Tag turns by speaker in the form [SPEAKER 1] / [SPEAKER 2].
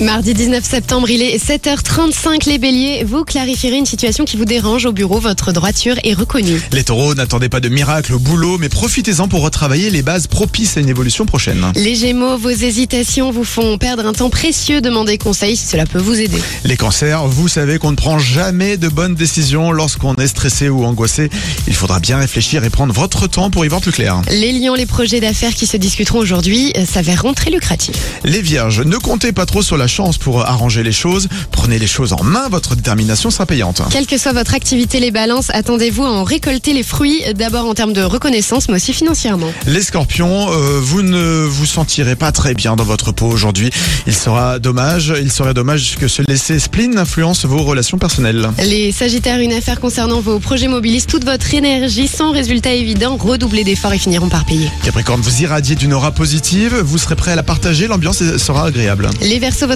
[SPEAKER 1] Mardi 19 septembre, il est 7h35 les béliers. Vous clarifierez une situation qui vous dérange au bureau, votre droiture est reconnue.
[SPEAKER 2] Les taureaux, n'attendez pas de miracle au boulot, mais profitez-en pour retravailler les bases propices à une évolution prochaine.
[SPEAKER 1] Les gémeaux, vos hésitations vous font perdre un temps précieux, demandez conseil si cela peut vous aider.
[SPEAKER 2] Les cancers, vous savez qu'on ne prend jamais de bonnes décisions lorsqu'on est stressé ou angoissé. Il faudra bien réfléchir et prendre votre temps pour y voir plus clair.
[SPEAKER 1] Les lions, les projets d'affaires qui se discuteront aujourd'hui euh, s'avèrent très lucratifs.
[SPEAKER 2] Les vierges, ne comptez pas trop sur la chance pour arranger les choses. Prenez les choses en main, votre détermination sera payante.
[SPEAKER 1] Quelle que soit votre activité, les balances, attendez-vous à en récolter les fruits, d'abord en termes de reconnaissance, mais aussi financièrement.
[SPEAKER 2] Les scorpions, euh, vous ne vous sentirez pas très bien dans votre peau aujourd'hui. Il sera dommage, il serait dommage que se laisser spleen influence vos relations personnelles.
[SPEAKER 1] Les sagittaires, une affaire concernant vos projets mobilise toute votre énergie sans résultat évident, redoublez d'efforts et finiront par payer.
[SPEAKER 2] Capricorne, vous irradiez d'une aura positive, vous serez prêt à la partager, l'ambiance sera agréable.
[SPEAKER 1] Les versos,